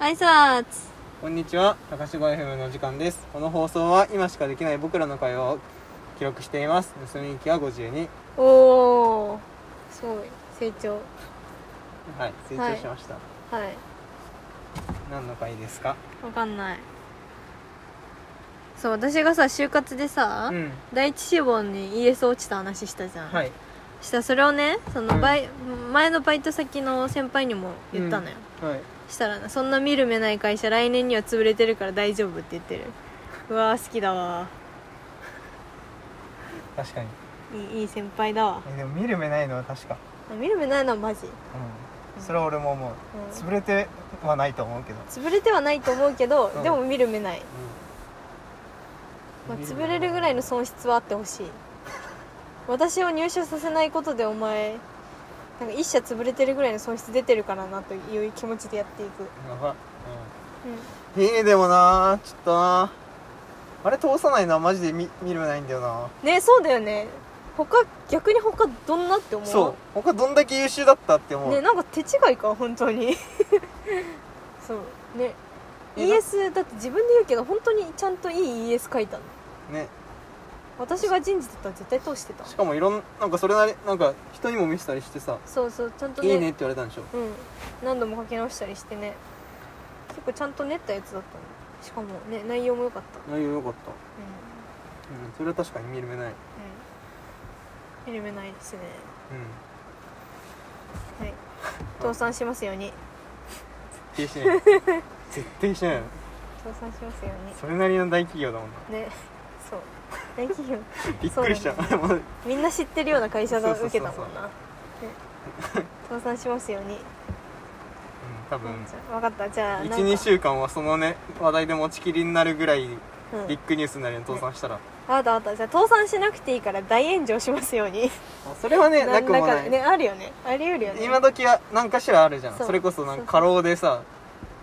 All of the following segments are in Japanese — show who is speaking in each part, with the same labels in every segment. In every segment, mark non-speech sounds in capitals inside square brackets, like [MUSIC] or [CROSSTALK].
Speaker 1: 挨拶
Speaker 2: こんにちは高志 FM の時間ですこの放送は今しかできない僕らの会話を記録しています盗み聞きは52
Speaker 1: おおすごい成長
Speaker 2: はい成長しました、
Speaker 1: はい
Speaker 2: 何の会ですか
Speaker 1: わかんないそう私がさ就活でさ、
Speaker 2: うん
Speaker 1: 第一志望に ES 落ちた話したじゃん、
Speaker 2: はい
Speaker 1: したそれをねその
Speaker 2: うん
Speaker 1: バイ、前のバイト先の先輩にも言ったのよ、
Speaker 2: はい
Speaker 1: したらなそんな見る目ない会社来年には潰れてるから大丈夫って言ってるうわー好きだわ
Speaker 2: 確かに
Speaker 1: いいいい先輩だわ
Speaker 2: えでも見る目ないのは確か
Speaker 1: 見る目ないのはマジ
Speaker 2: うんそれは俺も思う、
Speaker 1: うん
Speaker 2: 潰れてはないと思うけど、
Speaker 1: 潰れてはないと思うけど、
Speaker 2: うん
Speaker 1: でも見る目ない、
Speaker 2: う
Speaker 1: まあ、
Speaker 2: ん
Speaker 1: 潰れるぐらいの損失はあってほしい私を入社させないことでお前なんか一社潰れてるぐらいの損失出てるからなという気持ちでやっていく、
Speaker 2: やば、うん、いいでもなちょっとなあれ通さないのはマジで見見る目ないんだよな
Speaker 1: ねそうだよね他逆に他どんなって思う
Speaker 2: そう他どんだけ優秀だったって思う、
Speaker 1: ねなんか手違いか本当に [LAUGHS] そうね
Speaker 2: えな
Speaker 1: ES だって自分で言うけど本当にちゃんといい ES 書いたの
Speaker 2: ね
Speaker 1: 私が人事だったら絶対通してた
Speaker 2: しかもいろんなんかそれなりなんか人にも見せたりしてさ、
Speaker 1: そうそうちゃんと
Speaker 2: いいねって言われたんでしょ
Speaker 1: うん何度も書き直したりしてね結構ちゃんと練ったやつだったのしかもね内容も良かった
Speaker 2: 内容良かった、
Speaker 1: うん、う
Speaker 2: うん、それは確かに見る目ない
Speaker 1: ん、見る目ないですね
Speaker 2: う
Speaker 1: はい倒産しますように
Speaker 2: ん絶対しない
Speaker 1: [LAUGHS]
Speaker 2: 絶対しないよ
Speaker 1: 倒産しますよ
Speaker 2: それなりの大企業だもんな
Speaker 1: うにねそう大企業
Speaker 2: びっくりしちゃ [LAUGHS] うもう
Speaker 1: みんな知ってるような会社が
Speaker 2: そうそう
Speaker 1: 受
Speaker 2: そう
Speaker 1: け
Speaker 2: そう
Speaker 1: たもんなね倒産しますように、
Speaker 2: うん多分
Speaker 1: 分かったじゃあなんか
Speaker 2: 12週間はそのね話題で持ちきりになるぐらい
Speaker 1: うん、
Speaker 2: ビッグニュースになるよ倒産したら、
Speaker 1: あったあったじゃあ倒産しなくていいから大炎上しますように
Speaker 2: あそれはね
Speaker 1: な
Speaker 2: なくもな
Speaker 1: か
Speaker 2: い、
Speaker 1: ねあるよねあり得るよね
Speaker 2: 今時は何かしらあるじゃん
Speaker 1: そ
Speaker 2: そうれこそなんか過労でさ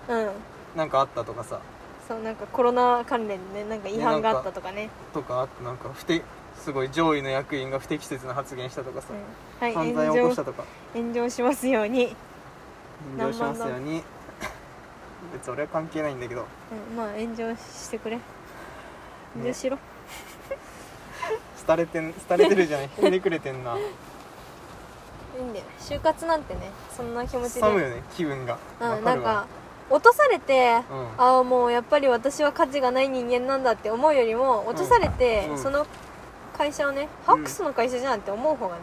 Speaker 1: うん
Speaker 2: なんかあったとかさ
Speaker 1: そうなんかコロナ関連でねなんか違反があったとかね
Speaker 2: とかあってなんか不適すごい上位の役員が不適切な発言したとかさ、
Speaker 1: うん、はい
Speaker 2: 犯罪を起こ
Speaker 1: 炎
Speaker 2: した
Speaker 1: 上
Speaker 2: とか
Speaker 1: 炎上しますように、
Speaker 2: 炎上しますように別に俺は関係ないんだけど
Speaker 1: うん、まあ炎上してくれ炎上しろ、
Speaker 2: 廃れてん廃れてるじゃ
Speaker 1: [LAUGHS]
Speaker 2: ないひねくれてんない
Speaker 1: いんだよ就活なんてねそんな気持ちで
Speaker 2: 寒いよね気分が
Speaker 1: う
Speaker 2: わ
Speaker 1: ん、
Speaker 2: か
Speaker 1: なん
Speaker 2: るわ
Speaker 1: か落とされて、
Speaker 2: うん
Speaker 1: ああもうやっぱり私は価値がない人間なんだって思うよりも落とされて、
Speaker 2: うん
Speaker 1: その会社をねハックスの会社じゃんって思う方がね、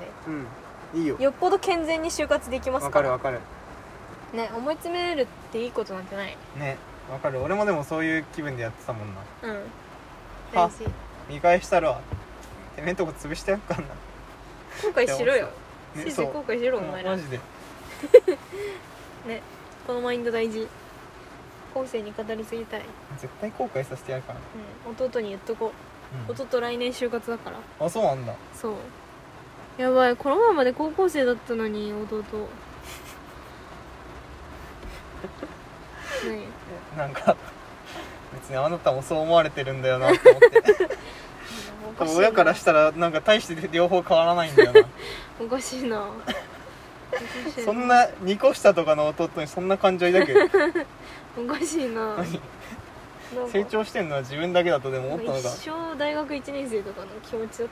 Speaker 2: うんいいよ
Speaker 1: よっぽど健全に就活できます
Speaker 2: わ
Speaker 1: か
Speaker 2: かる
Speaker 1: ら
Speaker 2: わかる
Speaker 1: ね思い詰めるっていいことなんてない
Speaker 2: ねわかる俺もでもそういう気分でやってたもんな
Speaker 1: うん
Speaker 2: は
Speaker 1: 大事
Speaker 2: 見返したらてめえんとこ潰してやっかんな
Speaker 1: 後悔しろよ
Speaker 2: ね
Speaker 1: 人生
Speaker 2: そう
Speaker 1: 後悔しろお前ら
Speaker 2: マジで
Speaker 1: ねこのマインド大事後世に語り継ぎたい、
Speaker 2: 絶対後悔させてやるから、
Speaker 1: うん、弟に言っとこう
Speaker 2: うん
Speaker 1: 弟来年就活だから
Speaker 2: あそうなんだ
Speaker 1: そうやばいこの前まで高校生だったのに
Speaker 2: [LAUGHS]
Speaker 1: 弟ね
Speaker 2: なんか別にあなたもそう思われてるんだよなと思って
Speaker 1: お
Speaker 2: 多
Speaker 1: かしい
Speaker 2: 分
Speaker 1: な
Speaker 2: 親からしたらなんか大して両方変わらないん
Speaker 1: [LAUGHS]
Speaker 2: だよな
Speaker 1: おかしいなおかしい
Speaker 2: [LAUGHS] そんな2個下とかの弟にそんな感情抱く
Speaker 1: おかしいな
Speaker 2: 何
Speaker 1: なんか
Speaker 2: 成長してんのは自分だけだとでも思ったの
Speaker 1: 一
Speaker 2: か
Speaker 1: 生大学1年生とかの気持ちだっ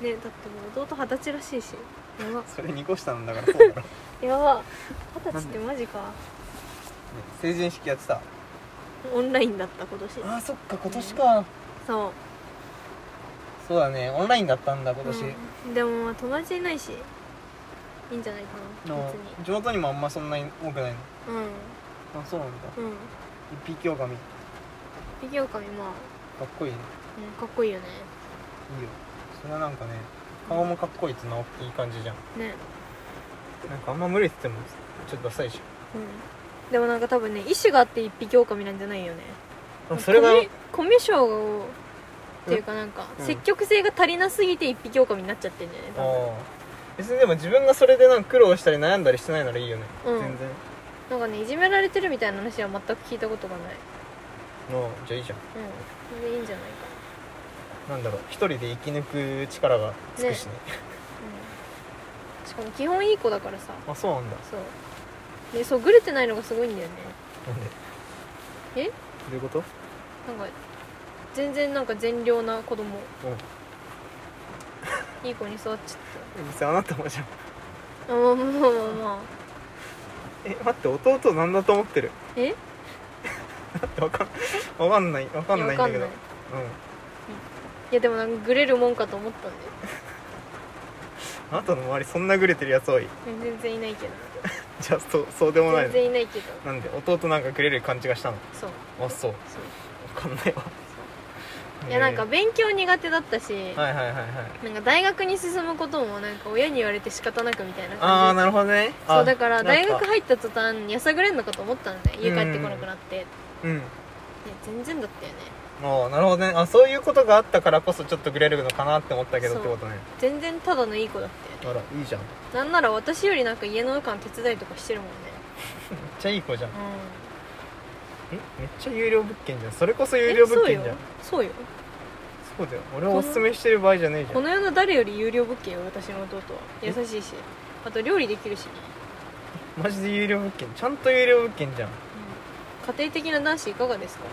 Speaker 1: たねだってもう弟二十歳らしいしやば
Speaker 2: それ2個下なんだからそうだろ、ね
Speaker 1: やば二十歳ってマジか
Speaker 2: 成人式やってた
Speaker 1: オンラインだった今年
Speaker 2: あーそっか今年か
Speaker 1: そう
Speaker 2: そうだねオンラインだったんだ今年、
Speaker 1: うんでもまあ友達いないしいいんじゃないかな
Speaker 2: の
Speaker 1: 別に
Speaker 2: 地元にもあんまそんなに多くないの
Speaker 1: う
Speaker 2: あそうなんだ
Speaker 1: んうん
Speaker 2: 一匹狼か
Speaker 1: 美業界ま
Speaker 2: っこいいね
Speaker 1: あ、うん、かっこいいよね
Speaker 2: いいよそれはなんかね顔もかっこいいってのは大きい感じじゃん
Speaker 1: ね
Speaker 2: なんかあんま無理しててもちょっとダサいでし
Speaker 1: うんでもなんか多分ね意志があって一匹狼なんじゃないよね
Speaker 2: ょそれが
Speaker 1: コミコミュ障をっていうかなんか、
Speaker 2: うん
Speaker 1: 積極性が足りなすぎて一匹狼になっちゃってんだよね
Speaker 2: あ
Speaker 1: 多分
Speaker 2: あ別にでも自分がそれでなんか苦労したり悩んだりしてないならいいよね、
Speaker 1: うん
Speaker 2: 全然
Speaker 1: なんかねいじめられてるみたいな話は全く聞いたことがない
Speaker 2: のじゃあいいじゃん
Speaker 1: うんそれでいいんじゃないか
Speaker 2: なんだろう一人で生き抜く力がつくしね
Speaker 1: うんしかも基本いい子だからさ
Speaker 2: あそうなんだ
Speaker 1: そうでそうグレてないのがすごいんだよね
Speaker 2: なんで
Speaker 1: え
Speaker 2: どういうこと
Speaker 1: なんか全然なんか善良な子供いい子に育っちゃっ
Speaker 2: うん別にあなたもじゃん
Speaker 1: たあまあまあまあまあ
Speaker 2: え待って弟なんだと思ってる
Speaker 1: え
Speaker 2: だってわかんわかんないわかんないんだけ
Speaker 1: いや
Speaker 2: ど
Speaker 1: わかいやでもなんかグレるもんかと思ったんだよ
Speaker 2: うんあなたの周りそんなグレてるやつ多い
Speaker 1: 全然いないけど
Speaker 2: じゃあそうそうでもない
Speaker 1: 全
Speaker 2: の
Speaker 1: 然いないけど
Speaker 2: なんで弟なんかグレる感じがしたの
Speaker 1: そう
Speaker 2: あそ
Speaker 1: そ
Speaker 2: う
Speaker 1: う
Speaker 2: わかんないわ
Speaker 1: いやなんか
Speaker 2: ね
Speaker 1: 勉強苦手だったし、
Speaker 2: えはいはいはいはい
Speaker 1: なんか大学に進むこともなんか親に言われて仕方なくみたいな
Speaker 2: あ
Speaker 1: 感
Speaker 2: あ
Speaker 1: じ
Speaker 2: なるほどね
Speaker 1: そ
Speaker 2: あ
Speaker 1: うだから
Speaker 2: なん
Speaker 1: 大学入った途端やさぐれんのかと思ったんで家帰ってこなくなっていや
Speaker 2: うん
Speaker 1: 全然だったよね
Speaker 2: ああなるほどねあそういうことがあったからこそちょっとグレるのかなって思ったけど
Speaker 1: そう
Speaker 2: ってことね
Speaker 1: 全然ただのいい子だったよね
Speaker 2: あらいいじゃんめ
Speaker 1: な
Speaker 2: っ
Speaker 1: んなら私よりなんか家の中の手伝いとかしてるもんね
Speaker 2: ちゃいい子じゃんん
Speaker 1: う
Speaker 2: めっちゃ有料物件じゃんそれこそ
Speaker 1: ん
Speaker 2: 有料物
Speaker 1: そう
Speaker 2: 件
Speaker 1: よ
Speaker 2: じゃん
Speaker 1: そうよ
Speaker 2: そうだよ俺はおすすめしてる場合じゃねえじゃ
Speaker 1: こ
Speaker 2: ん
Speaker 1: の世の誰より有料物件よ私の弟は
Speaker 2: え
Speaker 1: 優しいしあと料理できるしね、
Speaker 2: マジで有料物件ちゃんと有料物件じゃん
Speaker 1: 家庭的な男子いかがですか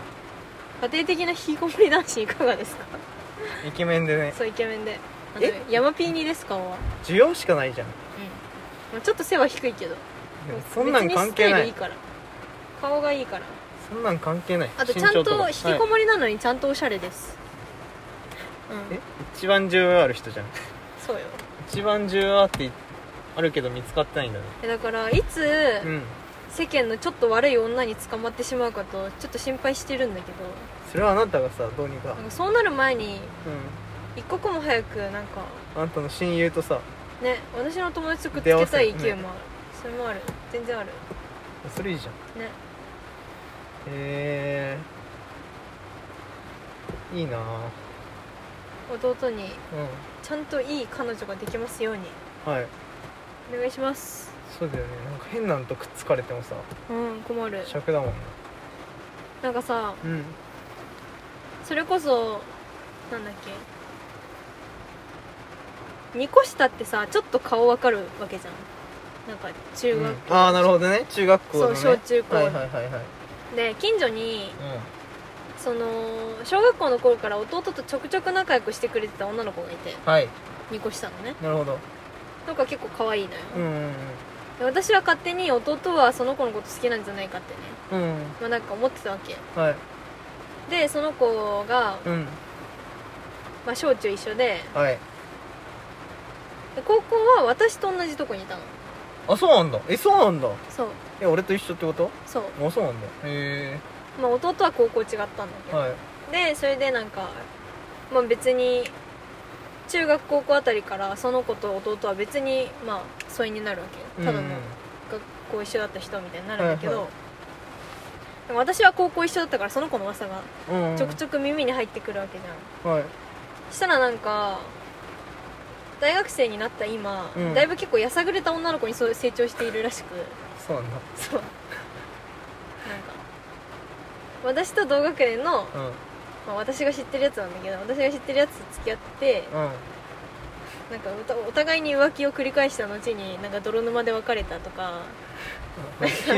Speaker 1: 家庭的な引きこもり男子いかがですか
Speaker 2: イケメンでね
Speaker 1: そうイケメンであの
Speaker 2: え
Speaker 1: 山ピーニです顔は
Speaker 2: 需要しかないじゃん
Speaker 1: まあちょっと背は低いけど
Speaker 2: でもそんなん関係
Speaker 1: 別にスタ
Speaker 2: な
Speaker 1: イルいい
Speaker 2: い
Speaker 1: から顔がいいから
Speaker 2: そんなん関係ない
Speaker 1: あとちゃん
Speaker 2: 身長か
Speaker 1: と引きこもりなのにちゃんとおしゃれです、
Speaker 2: はい
Speaker 1: うん
Speaker 2: え一番重要ある人じゃん
Speaker 1: そうよ
Speaker 2: 一番重要あってあるけど見つかってないんだね
Speaker 1: えだからいつ
Speaker 2: うん
Speaker 1: 世間のちょっと悪い女に捕まってしまうかとちょっと心配してるんだけど
Speaker 2: それはあなたがさどうにか
Speaker 1: なんかそうなる前に
Speaker 2: うん
Speaker 1: 一刻も早くなんか
Speaker 2: あんたの親友とさ
Speaker 1: ね私の友達とくっつけたい勢
Speaker 2: 出会わせる
Speaker 1: いもある、それもある全然ある
Speaker 2: それいいじゃん
Speaker 1: ね
Speaker 2: へえいいなあ
Speaker 1: 弟に
Speaker 2: う
Speaker 1: ちゃんといい彼女ができますように
Speaker 2: んはい
Speaker 1: お願いします
Speaker 2: そうだよねなんか変なんとくっつかれてもさ
Speaker 1: うん困る
Speaker 2: 尺だもんな
Speaker 1: なんかさ
Speaker 2: うん
Speaker 1: それこそなんだっけ2個下ってさちょっと顔わかるわけじゃんなんか中学、
Speaker 2: うんああなるほどね中学校のね
Speaker 1: そう小中高
Speaker 2: はいはいはいはい
Speaker 1: で近所に
Speaker 2: う
Speaker 1: その小学校の頃から弟とちょくちょく仲良くしてくれてた女の子がいて
Speaker 2: んはい
Speaker 1: 2個下のね
Speaker 2: なるほど
Speaker 1: なんか結構可愛いのよ、
Speaker 2: うんうん
Speaker 1: で私は勝手に弟はその子のこと好きなんじゃないかってね
Speaker 2: うんうん
Speaker 1: まあなんか思ってたわけ
Speaker 2: はい
Speaker 1: でその子が、
Speaker 2: うん
Speaker 1: まあ、小中一緒で
Speaker 2: はい
Speaker 1: で高校は私と同じとこにいたの
Speaker 2: あそうなんだえそうなんだ
Speaker 1: そう
Speaker 2: え俺と一緒ってこと
Speaker 1: そう
Speaker 2: あそうなんだへ
Speaker 1: まあ弟は高校違ったんだけ
Speaker 2: え
Speaker 1: ど、
Speaker 2: はい
Speaker 1: でそれでなんかまあ別に中学高校あたりからその子と弟は別にまあ疎遠になるわけただの
Speaker 2: うん
Speaker 1: 学校一緒だった人みたいになるんだけど、
Speaker 2: はいは
Speaker 1: でも私は高校一緒だったからその子の噂が
Speaker 2: うんうん
Speaker 1: ちょくちょく耳に入ってくるわけじゃん、
Speaker 2: はい
Speaker 1: したらなんか大学生になった今、
Speaker 2: うん
Speaker 1: だいぶ結構やさぐれた女の子にそう成長しているらしく
Speaker 2: そうなんだ
Speaker 1: そうなんか私と同学年の、
Speaker 2: うん
Speaker 1: まあ、私が知ってるやつなんだけど私が知ってるやつと付き合って
Speaker 2: うん
Speaker 1: なんかおたお互いに浮気を繰り返した後になんか泥沼で別れたとか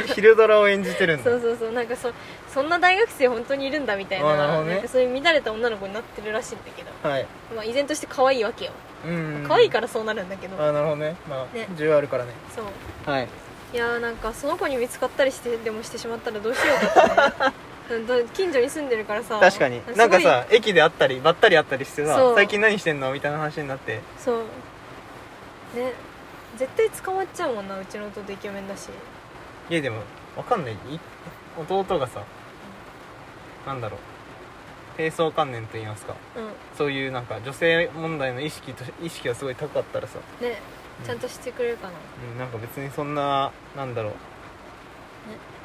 Speaker 2: ひ [LAUGHS] 昼ドラを演じてるんだ
Speaker 1: そうそうそうなんかそそんな大学生本当にいるんだみたい
Speaker 2: あ
Speaker 1: な
Speaker 2: ーなるほどね
Speaker 1: んかそういう乱れた女の子になってるらしいんだけど、
Speaker 2: はい
Speaker 1: まあ、依然として可愛いわけよ、
Speaker 2: うん
Speaker 1: 可愛いからそうなるんだけど
Speaker 2: あなるほどねまあ
Speaker 1: ね
Speaker 2: 需要あるからね
Speaker 1: そう
Speaker 2: はい
Speaker 1: いやーなんかその子に見つかったりしてでもしてしまったらどうしようか
Speaker 2: [LAUGHS]
Speaker 1: ってねうんど近所に住んでるからさ
Speaker 2: 確かに
Speaker 1: すごい
Speaker 2: なんかさ駅で会ったりばったり会ったりして
Speaker 1: そ
Speaker 2: さ
Speaker 1: う
Speaker 2: 最近何してんのみたいな話になって
Speaker 1: そうね絶対捕まっちゃうもんなうちの弟イケメンだし
Speaker 2: いやでもわかんないい弟がさなんだろう低層観念と言いますか
Speaker 1: うん
Speaker 2: そういうなんか女性問題の意識と意識がすごい高かったらさ、
Speaker 1: ねちゃんとしてくれるかな、
Speaker 2: うん、なんか別にそんななんだろ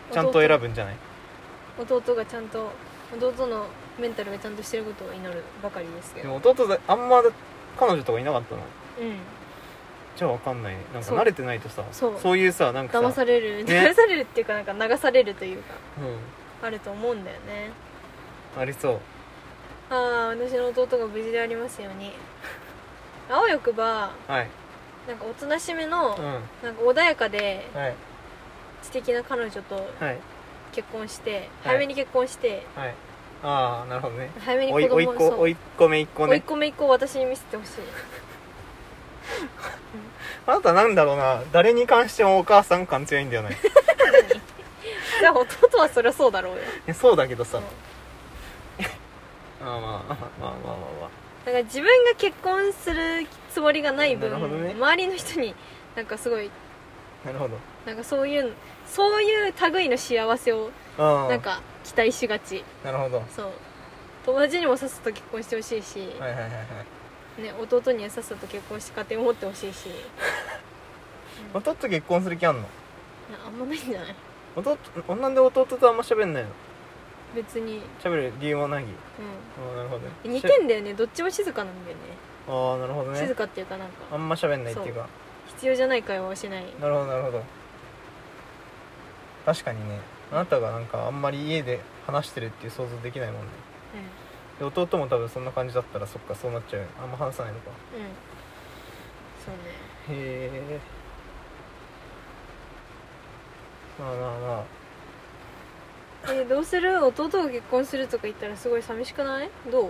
Speaker 2: うちゃんと選ぶんじゃない
Speaker 1: 弟弟がちゃんと弟のメンタルがちゃんとしてることを祈るばかりですけ
Speaker 2: で
Speaker 1: ど
Speaker 2: も弟だあんま彼女とかいなかったの
Speaker 1: うん
Speaker 2: じゃあわかんないねなんか
Speaker 1: そう
Speaker 2: 慣れてないとさ
Speaker 1: そう
Speaker 2: いうさなんか
Speaker 1: 騙
Speaker 2: さ
Speaker 1: される、
Speaker 2: ね
Speaker 1: 騙されるっていうかなんか流されるというか
Speaker 2: う
Speaker 1: あると思うんだよね
Speaker 2: んありそう
Speaker 1: ああ私の弟が無事でありますようにあわよくば
Speaker 2: はい
Speaker 1: なんかおとなしめの、
Speaker 2: うん
Speaker 1: なんか穏やかで
Speaker 2: はい
Speaker 1: 知的な彼女と
Speaker 2: はい
Speaker 1: 結婚して
Speaker 2: はい
Speaker 1: 早めに結婚して、
Speaker 2: はいああなるほどね
Speaker 1: 早めに
Speaker 2: お
Speaker 1: 子
Speaker 2: い
Speaker 1: 供
Speaker 2: おいっ子
Speaker 1: そう
Speaker 2: おいっ子めいっ子
Speaker 1: おいっ
Speaker 2: ね
Speaker 1: 子めいっ子を私に見せてほしい
Speaker 2: あなたなんだろうな誰に関してもお母さん感強いんだ
Speaker 1: [LAUGHS]
Speaker 2: よね
Speaker 1: じゃあ弟はそりゃそうだろうよ
Speaker 2: いやそうだけどさ
Speaker 1: うん
Speaker 2: まあまあまあまあまあまあ
Speaker 1: だから自分が結婚するつもりがない分、
Speaker 2: なるほどね
Speaker 1: 周りの人になんかすごい
Speaker 2: なるほど
Speaker 1: なんかそういうそういう類の幸せを
Speaker 2: ああ
Speaker 1: なんか期待しがち
Speaker 2: なるほどは
Speaker 1: そう友達にもさっさと結婚してほしいし、
Speaker 2: いはいはいはい
Speaker 1: ね、弟にはさっさと結婚して家庭を持ってほしいし、うん
Speaker 2: 弟と結婚する気あんの
Speaker 1: なあんまないんじゃない
Speaker 2: 弟なんで弟とあんま喋んないの
Speaker 1: 別に、
Speaker 2: 喋る理由もないああなるほどね
Speaker 1: うん、似てんだよねどっちも静かなんだよね
Speaker 2: ああなるほどね
Speaker 1: 静かっていうかなん
Speaker 2: あ
Speaker 1: か
Speaker 2: んま喋んないっていうか
Speaker 1: 必要じゃない会話をしない
Speaker 2: なるほどなるほど確かにねあなたがなんかあんまり家で話してるっていう想像できないもんね
Speaker 1: う
Speaker 2: で弟も多分そんな感じだったらそっかそうなっちゃうよねあんま話さないのか
Speaker 1: んうんそうね
Speaker 2: へえまあまあま
Speaker 1: えーどうする弟が結婚するとか言ったらすごい寂しくないどう
Speaker 2: あ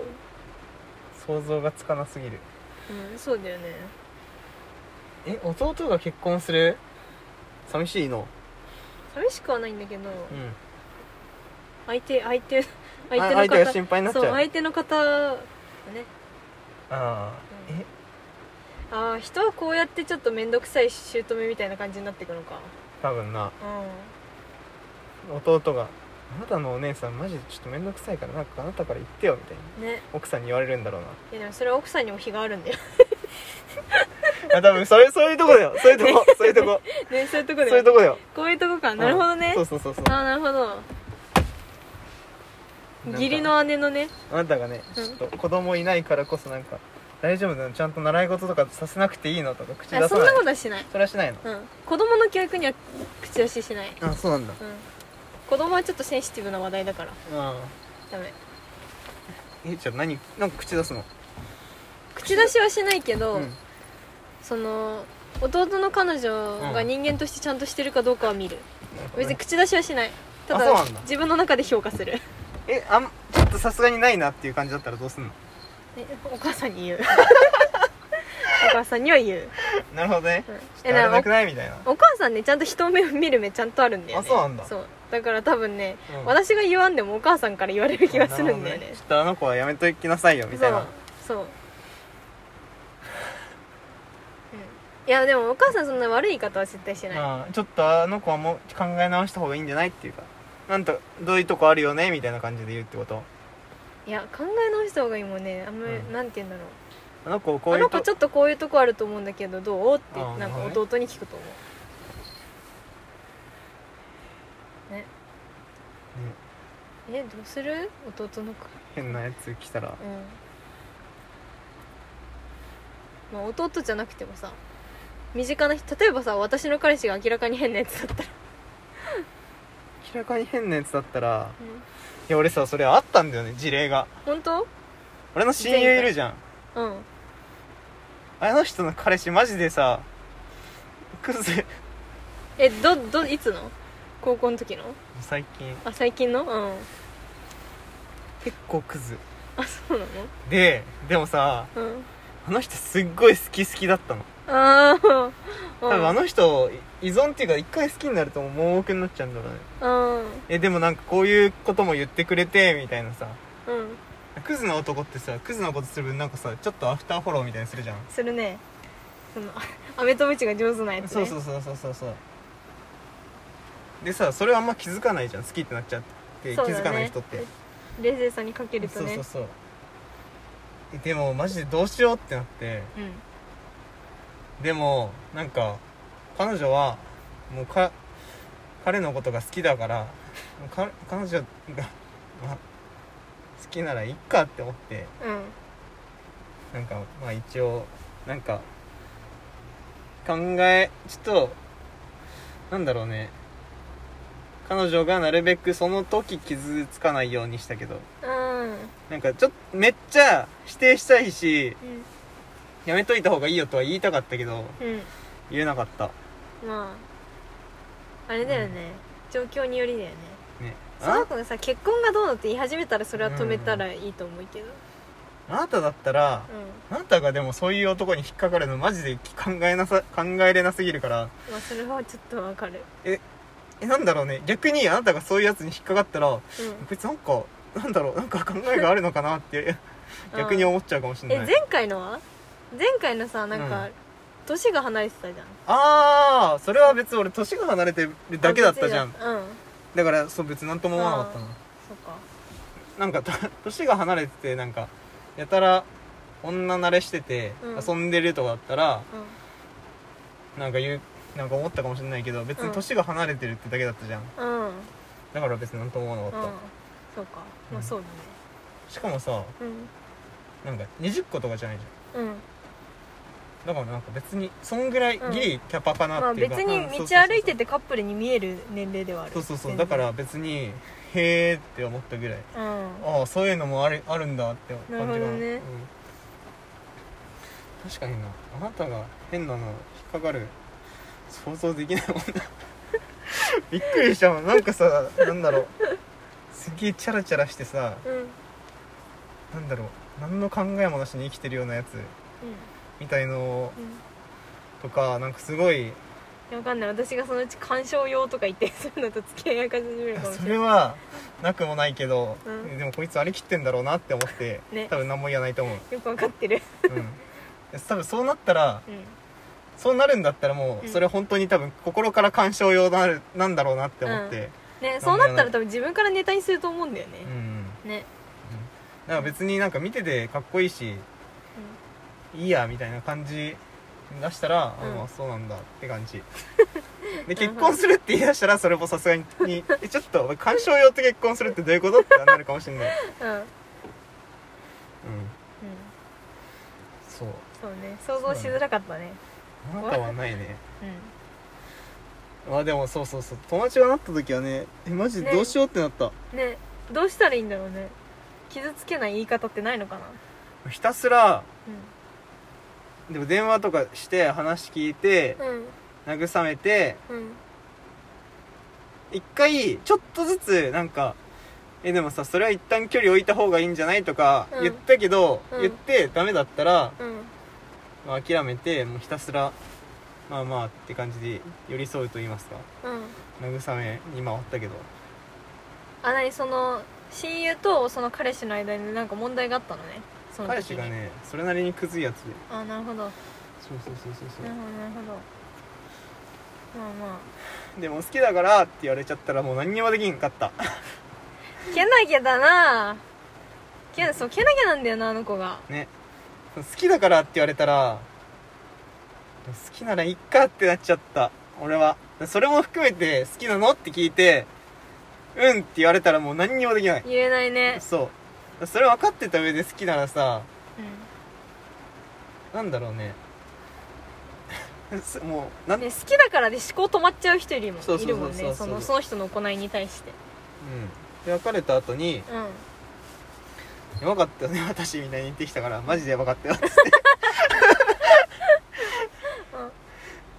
Speaker 2: 想像がつかなすぎる
Speaker 1: うんそうだよね
Speaker 2: え弟が結婚する寂しいの
Speaker 1: 寂しくはないんだけど
Speaker 2: うん
Speaker 1: 相手相手相
Speaker 2: あ
Speaker 1: 手の
Speaker 2: 相手が
Speaker 1: 方
Speaker 2: 心配になっち
Speaker 1: そう
Speaker 2: ゃう
Speaker 1: 相手の方がね
Speaker 2: ああ
Speaker 1: うん
Speaker 2: え
Speaker 1: ああ人はこうやってちょっと面倒くさい姑みたいな感じになっていくのか
Speaker 2: 多分な
Speaker 1: う
Speaker 2: 弟が「あなたのお姉さんマジでちょっと面倒くさいからなんかあなたから言ってよ」みたいなん
Speaker 1: ね
Speaker 2: 奥さんに言われるんだろうない
Speaker 1: やでもそれは奥さんにも非があるんだよ
Speaker 2: あ多分それそういうとこだよそういうとこそういうとこ
Speaker 1: [LAUGHS] ねそういうとこ
Speaker 2: そう
Speaker 1: で
Speaker 2: いうとこだよ
Speaker 1: こういうとこかなるほどね
Speaker 2: そうそうそうそう
Speaker 1: ああなるほど
Speaker 2: なんか
Speaker 1: 義理の姉のね
Speaker 2: あなたがねち
Speaker 1: うん
Speaker 2: ょっと子供いないからこそなんか「大丈夫なのちゃんと習い事とかさせなくていいの?」とか口出さな
Speaker 1: あ
Speaker 2: い
Speaker 1: そんなことはしない
Speaker 2: それはしないの
Speaker 1: うん子供の教育には口出ししない
Speaker 2: あそうなんだ
Speaker 1: うん子供はちょっとセンシティブな話題だから
Speaker 2: あ
Speaker 1: ダメ
Speaker 2: えじゃあ何なんか口出すの
Speaker 1: 口出しはしないけど、
Speaker 2: うん
Speaker 1: その弟の彼女が人間としてちゃんとしてるかどうかは見る、別に口出しはしないた
Speaker 2: あそう
Speaker 1: だ
Speaker 2: なんだ
Speaker 1: 自分の中で評価する
Speaker 2: えあんちょっとさすがにないなっていう感じだったらどうすんの
Speaker 1: え [LAUGHS] お母さんに言うお母さんには言う、
Speaker 2: なるほどね
Speaker 1: うん
Speaker 2: ちょ
Speaker 1: え
Speaker 2: っとあ
Speaker 1: な
Speaker 2: れ
Speaker 1: ん
Speaker 2: な
Speaker 1: か
Speaker 2: くないみたいな
Speaker 1: おお母さんねちゃんと人目を見る目ちゃんとあるんだよね
Speaker 2: あそうなんだ
Speaker 1: そうだから多分ね、
Speaker 2: うん
Speaker 1: 私が言わんでもお母さんから言われる気がするんだよね
Speaker 2: なほどちょっとあの子はやめときなさいよみたいな
Speaker 1: そうそう、うん、いやでもお母さんそんな悪い言い方は絶対しない
Speaker 2: うんちょっとあの子はもう考え直した方がいいんじゃないっていうかなんとどういうとこあるよねみたいな感じで言うってこと
Speaker 1: いや考え直した方がいいもんねあんまり、
Speaker 2: うん
Speaker 1: なんて言うんだろう
Speaker 2: あの子こう
Speaker 1: あ
Speaker 2: いう
Speaker 1: の
Speaker 2: と
Speaker 1: 子ちょっとこういうとこあると思うんだけどどうって
Speaker 2: あー
Speaker 1: なんか
Speaker 2: なるほど
Speaker 1: 弟に聞くと思うね
Speaker 2: ね
Speaker 1: えどうする弟の子
Speaker 2: 変なやつ来たら
Speaker 1: うんまあ弟じゃなくてもさ身近な人例えばさ私の彼氏が明らかに変なやつだったら、
Speaker 2: 明らかに変なやつだったらいや俺さそれあったんだよね事例が
Speaker 1: 本当
Speaker 2: 俺の親友いるじゃん
Speaker 1: うん
Speaker 2: あの人の彼氏マジでさクズ
Speaker 1: えどどいつの高校の時の
Speaker 2: 最近
Speaker 1: あ最近のうん
Speaker 2: 結構クズ
Speaker 1: あそうな
Speaker 2: ででもさ
Speaker 1: のうん
Speaker 2: あの人すっごい好き好きだったの
Speaker 1: ああ
Speaker 2: 多分あ
Speaker 1: あ
Speaker 2: の人依存っていうか一回好きになるともう盲目になっちゃうんだろう
Speaker 1: うん
Speaker 2: ねえでもなんかこういうことも言ってくれてみたいなさ
Speaker 1: うん
Speaker 2: クズな男ってさクズなことする分なんかさちょっとアフターフォローみたいにするじゃん、
Speaker 1: するねその [LAUGHS] アメとムチが上手なやつ
Speaker 2: そう
Speaker 1: ね
Speaker 2: そうそうそうそうそうでさそれあんま気づかないじゃん好きってなっちゃって、
Speaker 1: そう
Speaker 2: 気
Speaker 1: だね
Speaker 2: づかない人って
Speaker 1: 冷静さにかけると
Speaker 2: そう
Speaker 1: ね
Speaker 2: そうそうえでもマジでどうしようってなって
Speaker 1: うん
Speaker 2: でもなんか彼女はもうか彼のことが好きだからか彼女が、まあ、好きならいっかって思って
Speaker 1: うん
Speaker 2: なんかまあ一応なんか考えちょっとなんだろうね彼女がなるべくその時傷つかないようにしたけど
Speaker 1: うん
Speaker 2: なんかちょっとめっちゃ否定したいしやめといた方がいいよとは言いたかったけど
Speaker 1: うんうん
Speaker 2: 言えなかった
Speaker 1: まああれだよね、状況によりだよね
Speaker 2: ね
Speaker 1: その
Speaker 2: あ
Speaker 1: 子がさ結婚がどうのって言い始めたらそれは止めたらいいと思うけど
Speaker 2: あなただったら、
Speaker 1: うん、
Speaker 2: あなたがでもそういう男に引っかかるのマジで考えなさ考えれなすぎるから
Speaker 1: まあそれはちょっとわかる
Speaker 2: えなんだろうね逆にあなたがそういうやつに引っかかったらこ
Speaker 1: うん
Speaker 2: いつなんかなんだろうなんか考えがあるのかなって逆に思っちゃうかもしれ
Speaker 1: え
Speaker 2: な
Speaker 1: 前
Speaker 2: い、
Speaker 1: 回のは前回のさなんか、
Speaker 2: うん
Speaker 1: 年が離れてたじゃん
Speaker 2: ああそれは別に俺年が離れてるだけだったじゃ
Speaker 1: うん
Speaker 2: ん
Speaker 1: そ
Speaker 2: だからそう別になんとも思わなかったな
Speaker 1: っか
Speaker 2: なんかと [LAUGHS] 年が離れててなんかやたら女慣れしてて、
Speaker 1: うん
Speaker 2: 遊んでるとかだったら
Speaker 1: うん
Speaker 2: なんか言うなんか思ったかもしれないけど別
Speaker 1: う
Speaker 2: に
Speaker 1: ん
Speaker 2: 年が離れてるってだけだったじゃん
Speaker 1: うんうん
Speaker 2: だから別になんとも思わなかった、
Speaker 1: そうかまあそうだね
Speaker 2: しかもさなんか20個とかじゃないじゃ
Speaker 1: うんうん
Speaker 2: んだからなんか別にそんぐらいギリキャパか
Speaker 1: ま
Speaker 2: な
Speaker 1: あ
Speaker 2: っていう
Speaker 1: 別
Speaker 2: か、
Speaker 1: に
Speaker 2: うんそうそうそ
Speaker 1: 道
Speaker 2: う
Speaker 1: 歩いててカップルに見える年齢ではある
Speaker 2: そうそうそう
Speaker 1: 全
Speaker 2: だ
Speaker 1: 然
Speaker 2: から別にへえって思ったぐらい
Speaker 1: うん
Speaker 2: ああそういうのもあるあるんだって感じが
Speaker 1: なるほどね
Speaker 2: うん確かになあなたが変なの引っかかる想像できないもん [LAUGHS] なびっくりしたもんなんかさなんだろうすげえチャラチャラしてさ
Speaker 1: うんうん
Speaker 2: なんだろう何の考えもなしに生きてるようなやつみたいのとかなんかすごい
Speaker 1: うんわかんない私がそのうち鑑賞用とか言って [LAUGHS] そういうのと付き合い始めるかもし
Speaker 2: そ
Speaker 1: れ
Speaker 2: れ
Speaker 1: ない
Speaker 2: はなくもないけど、
Speaker 1: うん
Speaker 2: でもこいつありきってんだろうなって思って、
Speaker 1: ね
Speaker 2: 多分何も言わないと思う、
Speaker 1: よくわかってる
Speaker 2: うん、多分そうなったら
Speaker 1: うん
Speaker 2: そうなるんだったらもう
Speaker 1: うん
Speaker 2: それ本当に多分心から鑑賞用なるなんだろうなって思って、
Speaker 1: ねそうなったら多分自分からネタにすると思うんだよね
Speaker 2: うんうん、
Speaker 1: ね
Speaker 2: だから別になんか見ててかっこいいしいいやみたいな感じ出したら、
Speaker 1: うん
Speaker 2: あまあそうなんだって感
Speaker 1: [LAUGHS]
Speaker 2: じで
Speaker 1: なるほど
Speaker 2: 結婚するって言い出したらそれもさすがに「えちょっと鑑賞用と結婚するってどういうこと?」ってなるかもしれない、うん、
Speaker 1: うんうんうん
Speaker 2: そう
Speaker 1: そうね想像しづらかったね
Speaker 2: あなたはないね
Speaker 1: う
Speaker 2: まあでもそうそうそう友達がなった時はねえマジでどうしようってなった、
Speaker 1: んねどうしたらいいんだろうね傷つけない言い方ってないのかな
Speaker 2: ひたすらでも電話とかして話聞いて
Speaker 1: うんうん
Speaker 2: 慰めて
Speaker 1: うん
Speaker 2: 一回ちょっとずつなんかえでもさそれは一旦距離置いた方がいいんじゃないとか
Speaker 1: うん
Speaker 2: 言ったけど、
Speaker 1: うん
Speaker 2: 言ってダメだったら、
Speaker 1: うん
Speaker 2: まあ、諦めてもうひたすらまあまあって感じで寄り添うと言いますか
Speaker 1: うん
Speaker 2: 慰めに回ったけど
Speaker 1: あなにその親友とその彼氏の間になんか問題があったのねその時
Speaker 2: 彼氏がねそれなりにクズいやつで
Speaker 1: あなるほどなる
Speaker 2: そうそうそうそう
Speaker 1: ほ
Speaker 2: そう
Speaker 1: どなるほどまあま
Speaker 2: でも好きだからって言われちゃったらもう何にもできんかった
Speaker 1: あけなげだなけなそうけなげなんだよなあの子が
Speaker 2: ね好きだからって言われたら好きならいっかってなっちゃった俺はそれも含めて好きなのって聞いてうんって言われたらもう何にもできない
Speaker 1: 言えないね
Speaker 2: そうそれ分かってた上で好きならさ
Speaker 1: うん
Speaker 2: なんだろうね [LAUGHS] すもうなん、
Speaker 1: ね、好きだからで思考止まっちゃう人いるも
Speaker 2: そうんそ
Speaker 1: いう
Speaker 2: そ
Speaker 1: る
Speaker 2: うそ
Speaker 1: も
Speaker 2: うん
Speaker 1: ねそのその人の行いに対して
Speaker 2: うんで別れた後に
Speaker 1: うん
Speaker 2: 「分かったよね私」みたいに言ってきたからマジで分かったよ
Speaker 1: うん
Speaker 2: [LAUGHS]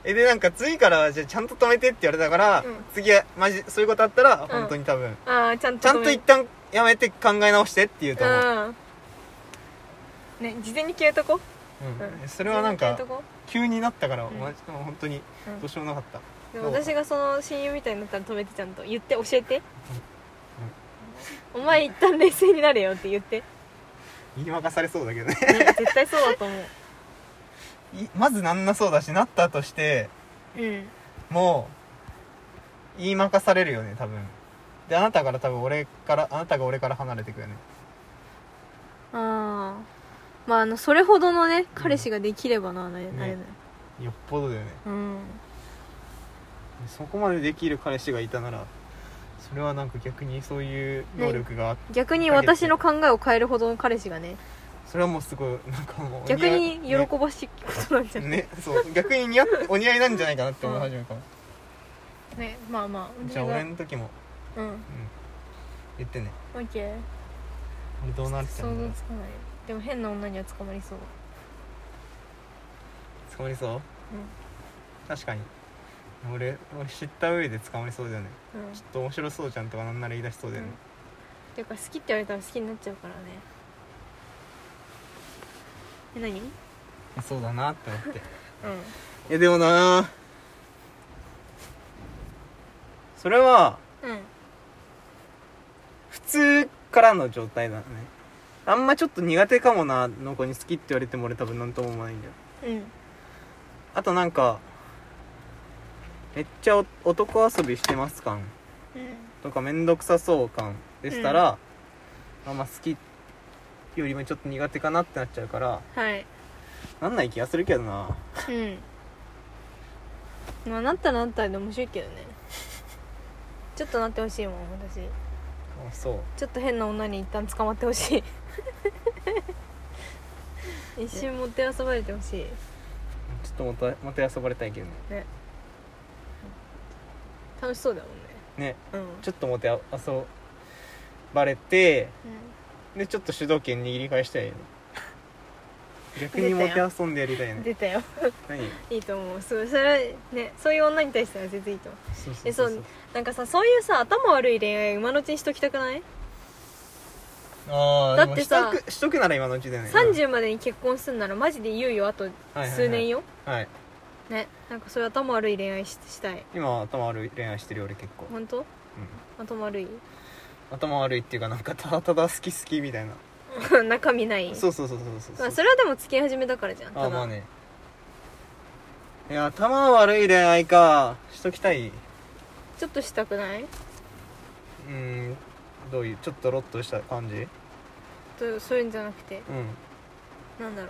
Speaker 2: えでなんか次からはじゃあちゃんと止めてって言われたから、
Speaker 1: うん
Speaker 2: 次はマジそういうことあったら本当に多分、
Speaker 1: ああちゃんと
Speaker 2: ちゃんと一旦やめて考え直してって言うと思う、
Speaker 1: うんね事前に決めとこ
Speaker 2: うん
Speaker 1: うん
Speaker 2: それはなん
Speaker 1: 事前
Speaker 2: か
Speaker 1: に決めとこ
Speaker 2: 急になったから、
Speaker 1: うん
Speaker 2: マジでもう本当に
Speaker 1: うん
Speaker 2: どうしようもなかった、
Speaker 1: でも私がその親友みたいになったら止めてちゃんと言って教えて、お前一旦冷静になれよって言って、ね、
Speaker 2: 言い任されそうだけどね [LAUGHS]
Speaker 1: 絶対そうだと思う
Speaker 2: いまずなんなそうだしなったとして
Speaker 1: うん
Speaker 2: もう言い任されるよね多分であなたから多分俺からあなたが俺から離れていくよね
Speaker 1: ああまああのそれほどのね彼氏ができればなあれ,、
Speaker 2: ね
Speaker 1: あれだよ
Speaker 2: よっぽどだよね
Speaker 1: うん
Speaker 2: そこまでできる彼氏がいたならそれはなんか逆にそういう能力があって、
Speaker 1: 逆に私の考えを変えるほどの彼氏がね
Speaker 2: それはもうすごいなんかもうお似合い
Speaker 1: 逆に喜
Speaker 2: ね
Speaker 1: ばしいことなんじゃない、
Speaker 2: ね、そう逆に似合っお似合いなんじゃないか
Speaker 1: [LAUGHS]
Speaker 2: なって思い始めるかも、
Speaker 1: ねまあまあ
Speaker 2: じゃあ俺の時も、
Speaker 1: うん
Speaker 2: うん、言ってね
Speaker 1: オッケー
Speaker 2: 俺どうなるって
Speaker 1: 想
Speaker 2: んだろ
Speaker 1: 像
Speaker 2: う
Speaker 1: つかないでも変な女には捕まりそう
Speaker 2: 捕まりそう、
Speaker 1: うん
Speaker 2: 確かに俺俺知った上で捕まりそうだよね
Speaker 1: うん
Speaker 2: ちょっと面白そうじゃんとかなんなら言い出しそうだよね、
Speaker 1: ていうか好きって言われたら好きになっちゃうからねえ何うん
Speaker 2: そうだなって思っていやでもなあそれは
Speaker 1: うん
Speaker 2: 普通からの状態だねあんまちょっと苦手かもなの子に好きって言われても俺多分なんとも思わないんだよ
Speaker 1: うん
Speaker 2: あとなんかめっちゃお男遊びしてます感とかめんどくさそう感でしたら、あんま好きよりもちょっと苦手かなってなっちゃうから
Speaker 1: はい
Speaker 2: なんない気がするけどな
Speaker 1: うんまあなったらなったらで面白いけどねちょっとなってほしいもん私
Speaker 2: あそう
Speaker 1: ちょっと変な女に一旦捕まってほ [LAUGHS] しい一瞬持って遊ばれてほしい
Speaker 2: ちょっともたまた遊ばれたいけどね
Speaker 1: 楽しそうだもん
Speaker 2: ね
Speaker 1: ねうん
Speaker 2: ちょっともてあ遊ばれて
Speaker 1: う
Speaker 2: でちょっと主導権握り返したい
Speaker 1: [LAUGHS]
Speaker 2: よね逆にもて遊んでやりたいよ
Speaker 1: ん
Speaker 2: ね
Speaker 1: 出たよ
Speaker 2: 何
Speaker 1: いいと思うそうそれねそういう女に対しては全然いいと思う
Speaker 2: そうそ
Speaker 1: えそうなんかさそういうさ頭悪い恋愛今のうちにしときたくない、
Speaker 2: ああ
Speaker 1: だってさ
Speaker 2: しとくしとくなら今のうちだよね
Speaker 1: 30までに結婚するならマジで言うよあと数年
Speaker 2: よ
Speaker 1: よ、
Speaker 2: はいはい
Speaker 1: ねなんかそういう頭悪い恋愛ししたい
Speaker 2: 今頭悪い恋愛してるよ俺結構、うん、
Speaker 1: 本当頭悪い [LAUGHS]
Speaker 2: 頭悪いっていうかなんかただただ好き好きみたいな
Speaker 1: 中身ない
Speaker 2: そうそうそうそうそう
Speaker 1: まあ、それはでも付き合い始めだからじゃんただ
Speaker 2: あまあねいや頭悪い恋愛かしときたい
Speaker 1: ちょっとしたくないう
Speaker 2: ーんどういうちょっとロッとした感じ
Speaker 1: とそういうんじゃなくて
Speaker 2: うん
Speaker 1: なんだろ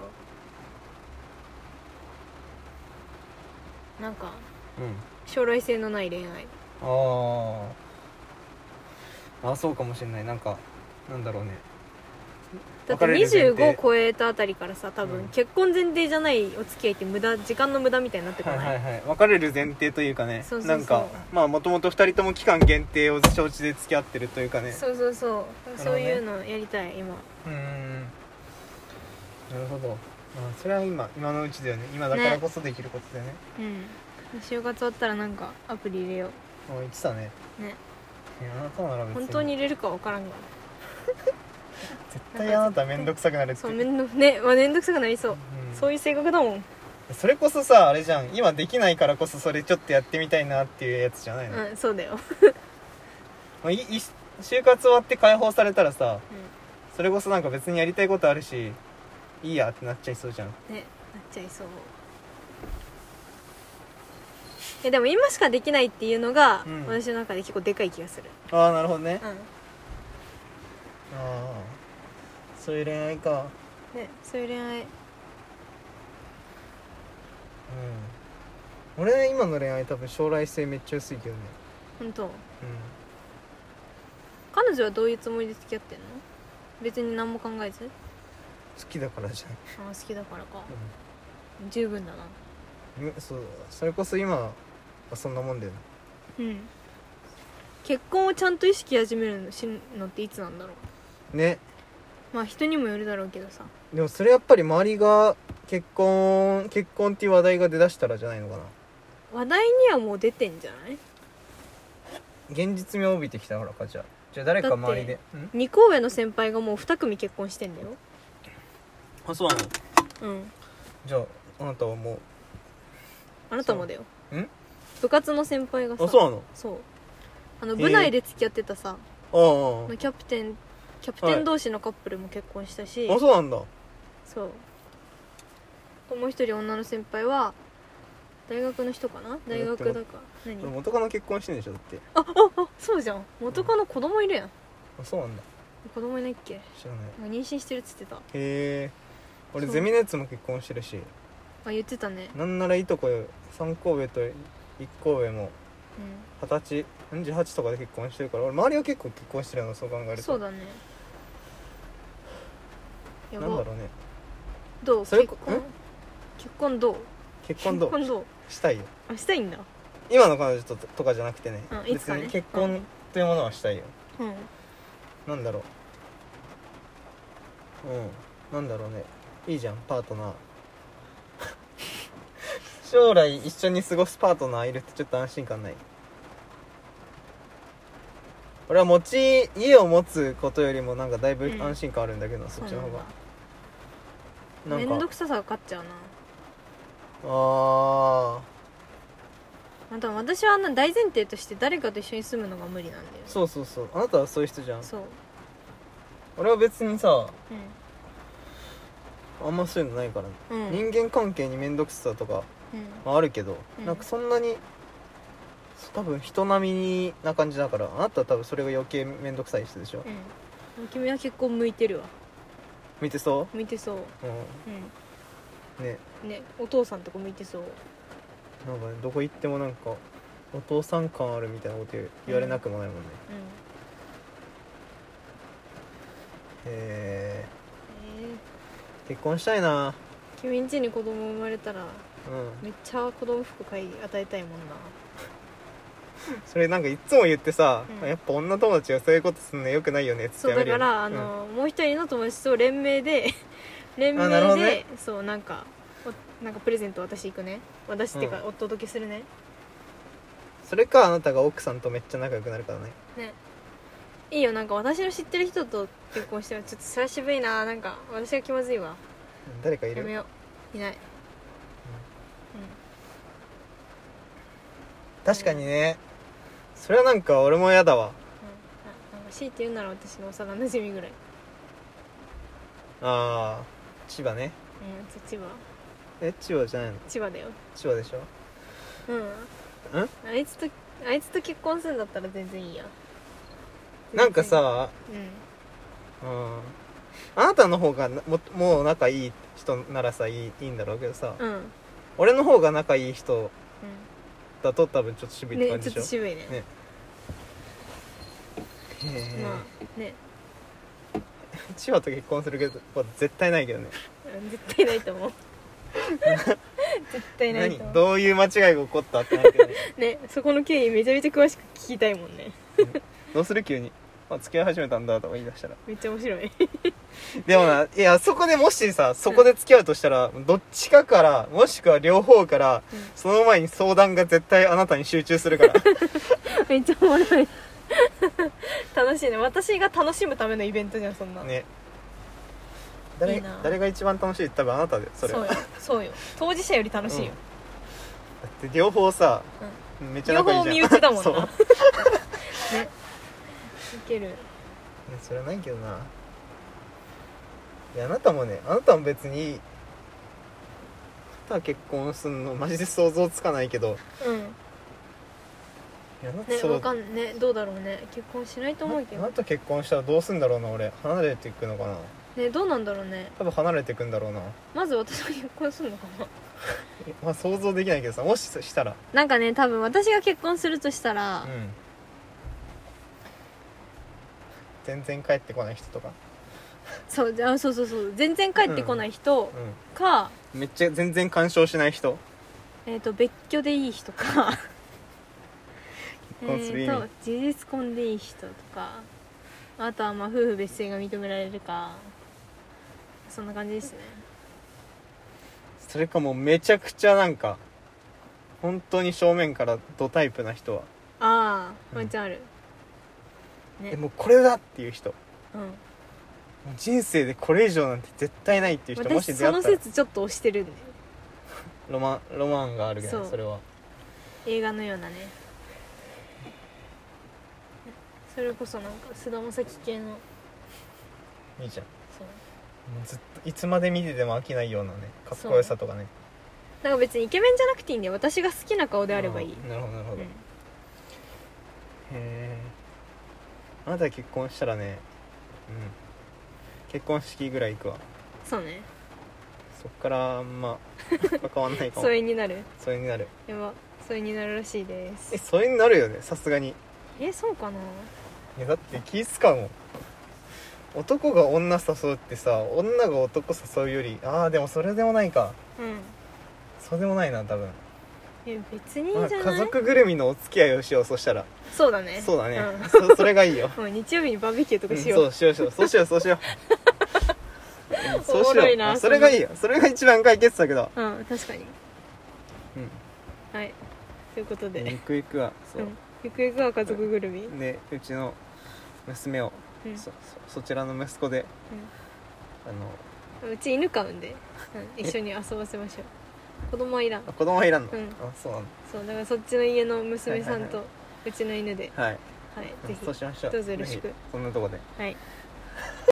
Speaker 1: うなんか
Speaker 2: うん
Speaker 1: 将来性のない恋愛
Speaker 2: あーあそうかもしれないなんかなんだろうね
Speaker 1: だって
Speaker 2: 別れる前提
Speaker 1: 25を超えたあたりからさ多分、
Speaker 2: うん
Speaker 1: 結婚前提じゃないお付き合いって無駄時間の無駄みたいになってこ
Speaker 2: は
Speaker 1: ないい、
Speaker 2: はいはい別れる前提というかね
Speaker 1: そうそうそう
Speaker 2: なんかまあもともと2人とも期間限定を承知で付き合ってるというかね
Speaker 1: そうそうそう、
Speaker 2: ほど
Speaker 1: そう
Speaker 2: ね
Speaker 1: いうのやりたい今
Speaker 2: うーんなるほど、まあ、それは今今のうちだよね今だからこそできることだよね
Speaker 1: うん就活終わったらなんかアプリ入れよ
Speaker 2: あ言ってたね
Speaker 1: うね
Speaker 2: いやあなたなら別に
Speaker 1: 本当に入れるか分からんが
Speaker 2: 絶対あなた面倒くさくなるって
Speaker 1: そうめんどねまあ、めんどくさくなりそう、
Speaker 2: うん
Speaker 1: そういう性格だもん
Speaker 2: それこそさあれじゃん今できないからこそそれちょっとやってみたいなっていうやつじゃないの、
Speaker 1: うんそうだよ、
Speaker 2: まあ、いい就活終わって解放されたらさ
Speaker 1: う
Speaker 2: それこそなんか別にやりたいことあるしいいやってなっちゃいそうじゃん
Speaker 1: ん、ねなっちゃいそうえでも今しかできないっていうのが、
Speaker 2: うん
Speaker 1: 私の中で結構でかい気がする
Speaker 2: ああなるほどね
Speaker 1: うん
Speaker 2: ああそういう恋愛か
Speaker 1: ねそういう恋愛
Speaker 2: うん俺今の恋愛多分将来性めっちゃ薄いけどね
Speaker 1: 本当
Speaker 2: う
Speaker 1: 彼女はどういうつもりで付き合ってんの別に何も考えず
Speaker 2: ん好きだからじゃん
Speaker 1: あ好きだからか十分だな
Speaker 2: むそうそれこそ今はそんなもんだよね
Speaker 1: うん結婚をちゃんと意識始めるのしのっていつなんだろう
Speaker 2: ね
Speaker 1: まあ人にもよるだろうけどさ
Speaker 2: でもそれやっぱり周りが結婚結婚っていう話題が出だしたらじゃないのかな
Speaker 1: 話題にはもう出てんじゃない
Speaker 2: 現実味を帯びてきたほらかじゃあじゃあ誰か周りでん
Speaker 1: 二個上の先輩がもう2組結婚してんだよ
Speaker 2: あそうな
Speaker 1: う
Speaker 2: の
Speaker 1: ん
Speaker 2: じゃああなたはも
Speaker 1: あなたもだよ
Speaker 2: ん
Speaker 1: 部活の先輩がさ
Speaker 2: あそうなの
Speaker 1: そうあの
Speaker 2: へえ
Speaker 1: 部内で付き合ってたさ、
Speaker 2: あ
Speaker 1: キャプテンキャプテン同士のカップルも結婚したし、
Speaker 2: あああそうなんだ
Speaker 1: そうともう一人女の先輩は大学の人かな大学だから何
Speaker 2: 元カノ結婚してんでしょだって
Speaker 1: あああそうじゃん元カノ子供いるやん
Speaker 2: あそうなんだ
Speaker 1: 子供いないっけ
Speaker 2: 知らないへ
Speaker 1: なんか妊娠してるっつってた
Speaker 2: え俺
Speaker 1: そう
Speaker 2: ゼミのやつも結婚してるし
Speaker 1: あ言ってたね
Speaker 2: なんならいとこ3校上と1校上も
Speaker 1: う
Speaker 2: 二十歳ん18とかで結婚してるから俺周りは結構結婚してるのそう考える
Speaker 1: ん
Speaker 2: と
Speaker 1: そうだねや
Speaker 2: なんだ
Speaker 1: ば
Speaker 2: ろうね
Speaker 1: どう
Speaker 2: それ
Speaker 1: 結婚
Speaker 2: ん
Speaker 1: 結婚どう
Speaker 2: 結婚どう
Speaker 1: 結婚どう
Speaker 2: したいよ
Speaker 1: あしたいんだ
Speaker 2: 今の彼女ととかじゃなくてね
Speaker 1: うんいつかね
Speaker 2: 別に結婚というものはしたいよ
Speaker 1: うん
Speaker 2: なんだろううんなんだろうねいいじゃんパートナー [LAUGHS] 将来一緒に過ごすパートナーいるってちょっと安心感ない俺は持ち家を持つことよりもなんかだいぶ
Speaker 1: うん
Speaker 2: 安心感あるんだけどな、そっちの方がな
Speaker 1: 面
Speaker 2: ん
Speaker 1: 倒
Speaker 2: か
Speaker 1: くささが勝っちゃうな
Speaker 2: ああ
Speaker 1: あと私はあんな大前提として誰かと一緒に住むのが無理なんだよ
Speaker 2: そうそうそうあなたはそういう人じゃん
Speaker 1: そう
Speaker 2: 俺は別にさあんまそういうのないから、
Speaker 1: うんうん
Speaker 2: 人間関係に面倒くさとか、
Speaker 1: うん
Speaker 2: まあ、あるけど、
Speaker 1: うん
Speaker 2: なんかそんなに多分人並みな感じだからあなたは多分それが余計面倒くさい人でしょ、
Speaker 1: うん君は結構向いてるわ
Speaker 2: 見てそ
Speaker 1: 向いてそう
Speaker 2: う、
Speaker 1: う
Speaker 2: うん、ね
Speaker 1: んねお父さんとか向いてそう
Speaker 2: なんかねどこ行ってもなんかお父さん感あるみたいなこと言う言われなくもないもんね、
Speaker 1: うん
Speaker 2: へ
Speaker 1: え
Speaker 2: え結婚したいな
Speaker 1: ー君ん家に子供生まれたら
Speaker 2: うん
Speaker 1: めっちゃ子供服買い与えたいもんな
Speaker 2: それなんかいっつも言ってさ、
Speaker 1: うん
Speaker 2: やっぱ女友達がそういうことすんのよくないよねっつって
Speaker 1: そう
Speaker 2: や
Speaker 1: だ
Speaker 2: めるよ
Speaker 1: か
Speaker 2: ね
Speaker 1: らあの、もう一人の友達と連名で連名
Speaker 2: あなるほ
Speaker 1: で、
Speaker 2: どね
Speaker 1: そうなんかおなんかプレゼント私行くね私っていうか、
Speaker 2: う
Speaker 1: お届けするね
Speaker 2: うんそれかあなたが奥さんとめっちゃ仲良くなるからね
Speaker 1: ねいいよなんか私の知ってる人と結婚したらちょっとそれは渋いななんか私が気まずいわ
Speaker 2: 誰かい
Speaker 1: やめ
Speaker 2: る
Speaker 1: よういない、
Speaker 2: 確かにねそれはなんか俺も嫌だわ
Speaker 1: うん、なんか強いて言うなら私の幼なじみぐらい
Speaker 2: あー千葉ね
Speaker 1: うんそう千葉
Speaker 2: え千葉じゃないの
Speaker 1: 千葉だよ
Speaker 2: 千葉でしょ
Speaker 1: うんあいつとあいつと結婚するんだったら全然いいや
Speaker 2: なんかさ
Speaker 1: うん
Speaker 2: うんあなたの方がなももう仲いい人ならさいいいいんだろうけどさ、
Speaker 1: うん
Speaker 2: 俺の方が仲いい人だと多分ちょっと渋
Speaker 1: う
Speaker 2: い
Speaker 1: ん
Speaker 2: って
Speaker 1: ね
Speaker 2: 感
Speaker 1: ち
Speaker 2: じ
Speaker 1: ょっと
Speaker 2: でしょ、
Speaker 1: 渋いね
Speaker 2: ねへえ、
Speaker 1: まあね
Speaker 2: 千葉と結婚するけど絶対ないけどね
Speaker 1: うん絶対ないと思う [LAUGHS] 絶対ないと
Speaker 2: 何
Speaker 1: 思
Speaker 2: どういう間違いが起こったってな
Speaker 1: [LAUGHS]
Speaker 2: るけどね
Speaker 1: うねそこの経緯めちゃめちゃ詳しく聞きたいもんね
Speaker 2: どうする急に、まあ、付き合い始めたんだとか言い出したら
Speaker 1: めっちゃ面
Speaker 2: [LAUGHS]
Speaker 1: 白い
Speaker 2: でもないやそこでもしさそこで付き合うとしたらどっちかからもしくは両方から
Speaker 1: うん
Speaker 2: その前に相談が絶対あなたに集中するから
Speaker 1: めっちゃおもろい [LAUGHS] 楽しいね私が楽しむためのイベントじゃんそんな、
Speaker 2: ね誰
Speaker 1: いいな
Speaker 2: 誰が一番楽しいって多分あなたでそ
Speaker 1: そう
Speaker 2: れは
Speaker 1: よそうよ当事者より楽しいよ、
Speaker 2: だって両方さ、めっちゃ
Speaker 1: 両
Speaker 2: 仲い
Speaker 1: 方
Speaker 2: いじゃん
Speaker 1: 身内だもん
Speaker 2: [LAUGHS] そ
Speaker 1: な
Speaker 2: う
Speaker 1: ねいける
Speaker 2: いやそれはないけどないやあなたもねあなたも別にあなた結婚すんのマジで想像つかないけど
Speaker 1: うん
Speaker 2: いやあなた
Speaker 1: ね
Speaker 2: そう
Speaker 1: わかんねどうだろうね結婚しないと思うけ
Speaker 2: あな
Speaker 1: ど
Speaker 2: た結婚したらどうすんだろうな俺離れていくのかな
Speaker 1: ねどうなんだろうね
Speaker 2: 多分離れていくんだろうな
Speaker 1: まず私が結婚するのかな
Speaker 2: えまあ想像できないけどさもししたら
Speaker 1: なんかね多分私が結婚するとしたら
Speaker 2: う、ん全然帰ってこない人とか
Speaker 1: そうじゃあそうそうそう全然帰ってこない人か、
Speaker 2: うんめっちゃ全然干渉しない人
Speaker 1: えっ、と別居でいい人か
Speaker 2: 結婚する意味
Speaker 1: えーと事実婚でいい人とかあとはまあ夫婦別姓が認められるかそんな感じですね
Speaker 2: それかもうめちゃくちゃなんか本当に正面からドタイプな人は
Speaker 1: ああ
Speaker 2: うん
Speaker 1: ワンチャンある、
Speaker 2: えもうこれだっていう人も
Speaker 1: うん
Speaker 2: う人生でこれ以上なんて絶対ないっていう人もし
Speaker 1: 私
Speaker 2: 出
Speaker 1: そ
Speaker 2: 会
Speaker 1: の
Speaker 2: ったら
Speaker 1: 説ちょっと推してるんだよ
Speaker 2: ロマンロマンがあるけどね
Speaker 1: そう
Speaker 2: それは
Speaker 1: 映画のようなねそれこそなんか菅田将暉系の
Speaker 2: いいじゃん
Speaker 1: そう
Speaker 2: もうずっといつまで見てても飽きないようなねかっこよさとかね
Speaker 1: なんか別にイケメンじゃなくていいんだよ私が好きな顔であればいい、
Speaker 2: うんなるほどなるほ
Speaker 1: う
Speaker 2: ど、
Speaker 1: ん
Speaker 2: へえあなた結婚したらねうん結婚式ぐらい行くわ
Speaker 1: そうね
Speaker 2: そっからま
Speaker 1: [LAUGHS]
Speaker 2: あ関わんないかも
Speaker 1: 疎遠になる
Speaker 2: それになる
Speaker 1: やば疎遠になるらしいです
Speaker 2: えそれになるよねさすがに
Speaker 1: えそうかない
Speaker 2: やだって気使うもん男が女誘うってさ女が男誘うよりああでもそれでもないか
Speaker 1: うん
Speaker 2: そうでもないな多分
Speaker 1: え別にい
Speaker 2: ま
Speaker 1: い
Speaker 2: あ
Speaker 1: じゃ
Speaker 2: 家
Speaker 1: ない
Speaker 2: 族ぐるみのお付き合いをしようそしたら
Speaker 1: そうだね
Speaker 2: そうだね、
Speaker 1: ん
Speaker 2: そ [LAUGHS] それがいいよ
Speaker 1: もう日曜日にバーベキューと
Speaker 2: う
Speaker 1: か
Speaker 2: ん
Speaker 1: しよ
Speaker 2: そううしようしようそうしようそうしよううんそう
Speaker 1: おも [LAUGHS]
Speaker 2: し
Speaker 1: ろい
Speaker 2: よう
Speaker 1: な
Speaker 2: あそれがいいよそれが一番解決だけど
Speaker 1: うん、確かに
Speaker 2: うん
Speaker 1: はいということで、
Speaker 2: ゆくゆくはそう
Speaker 1: う、ん、ゆくゆくは家族ぐるみ、
Speaker 2: でうちの娘を、
Speaker 1: うん
Speaker 2: そそそちらの息子であの
Speaker 1: うん、うち犬飼うんで、うん、一緒に遊ばせましょう子供はいらん
Speaker 2: あ子供はいらんの、
Speaker 1: うん
Speaker 2: あそうなの
Speaker 1: そうだからそっちの家の娘さん
Speaker 2: は
Speaker 1: とうちの犬で、
Speaker 2: はい
Speaker 1: はい、
Speaker 2: うん
Speaker 1: ぜ
Speaker 2: そうしましょう
Speaker 1: どうぞよろしく
Speaker 2: ぜひそんなとこで
Speaker 1: ひはい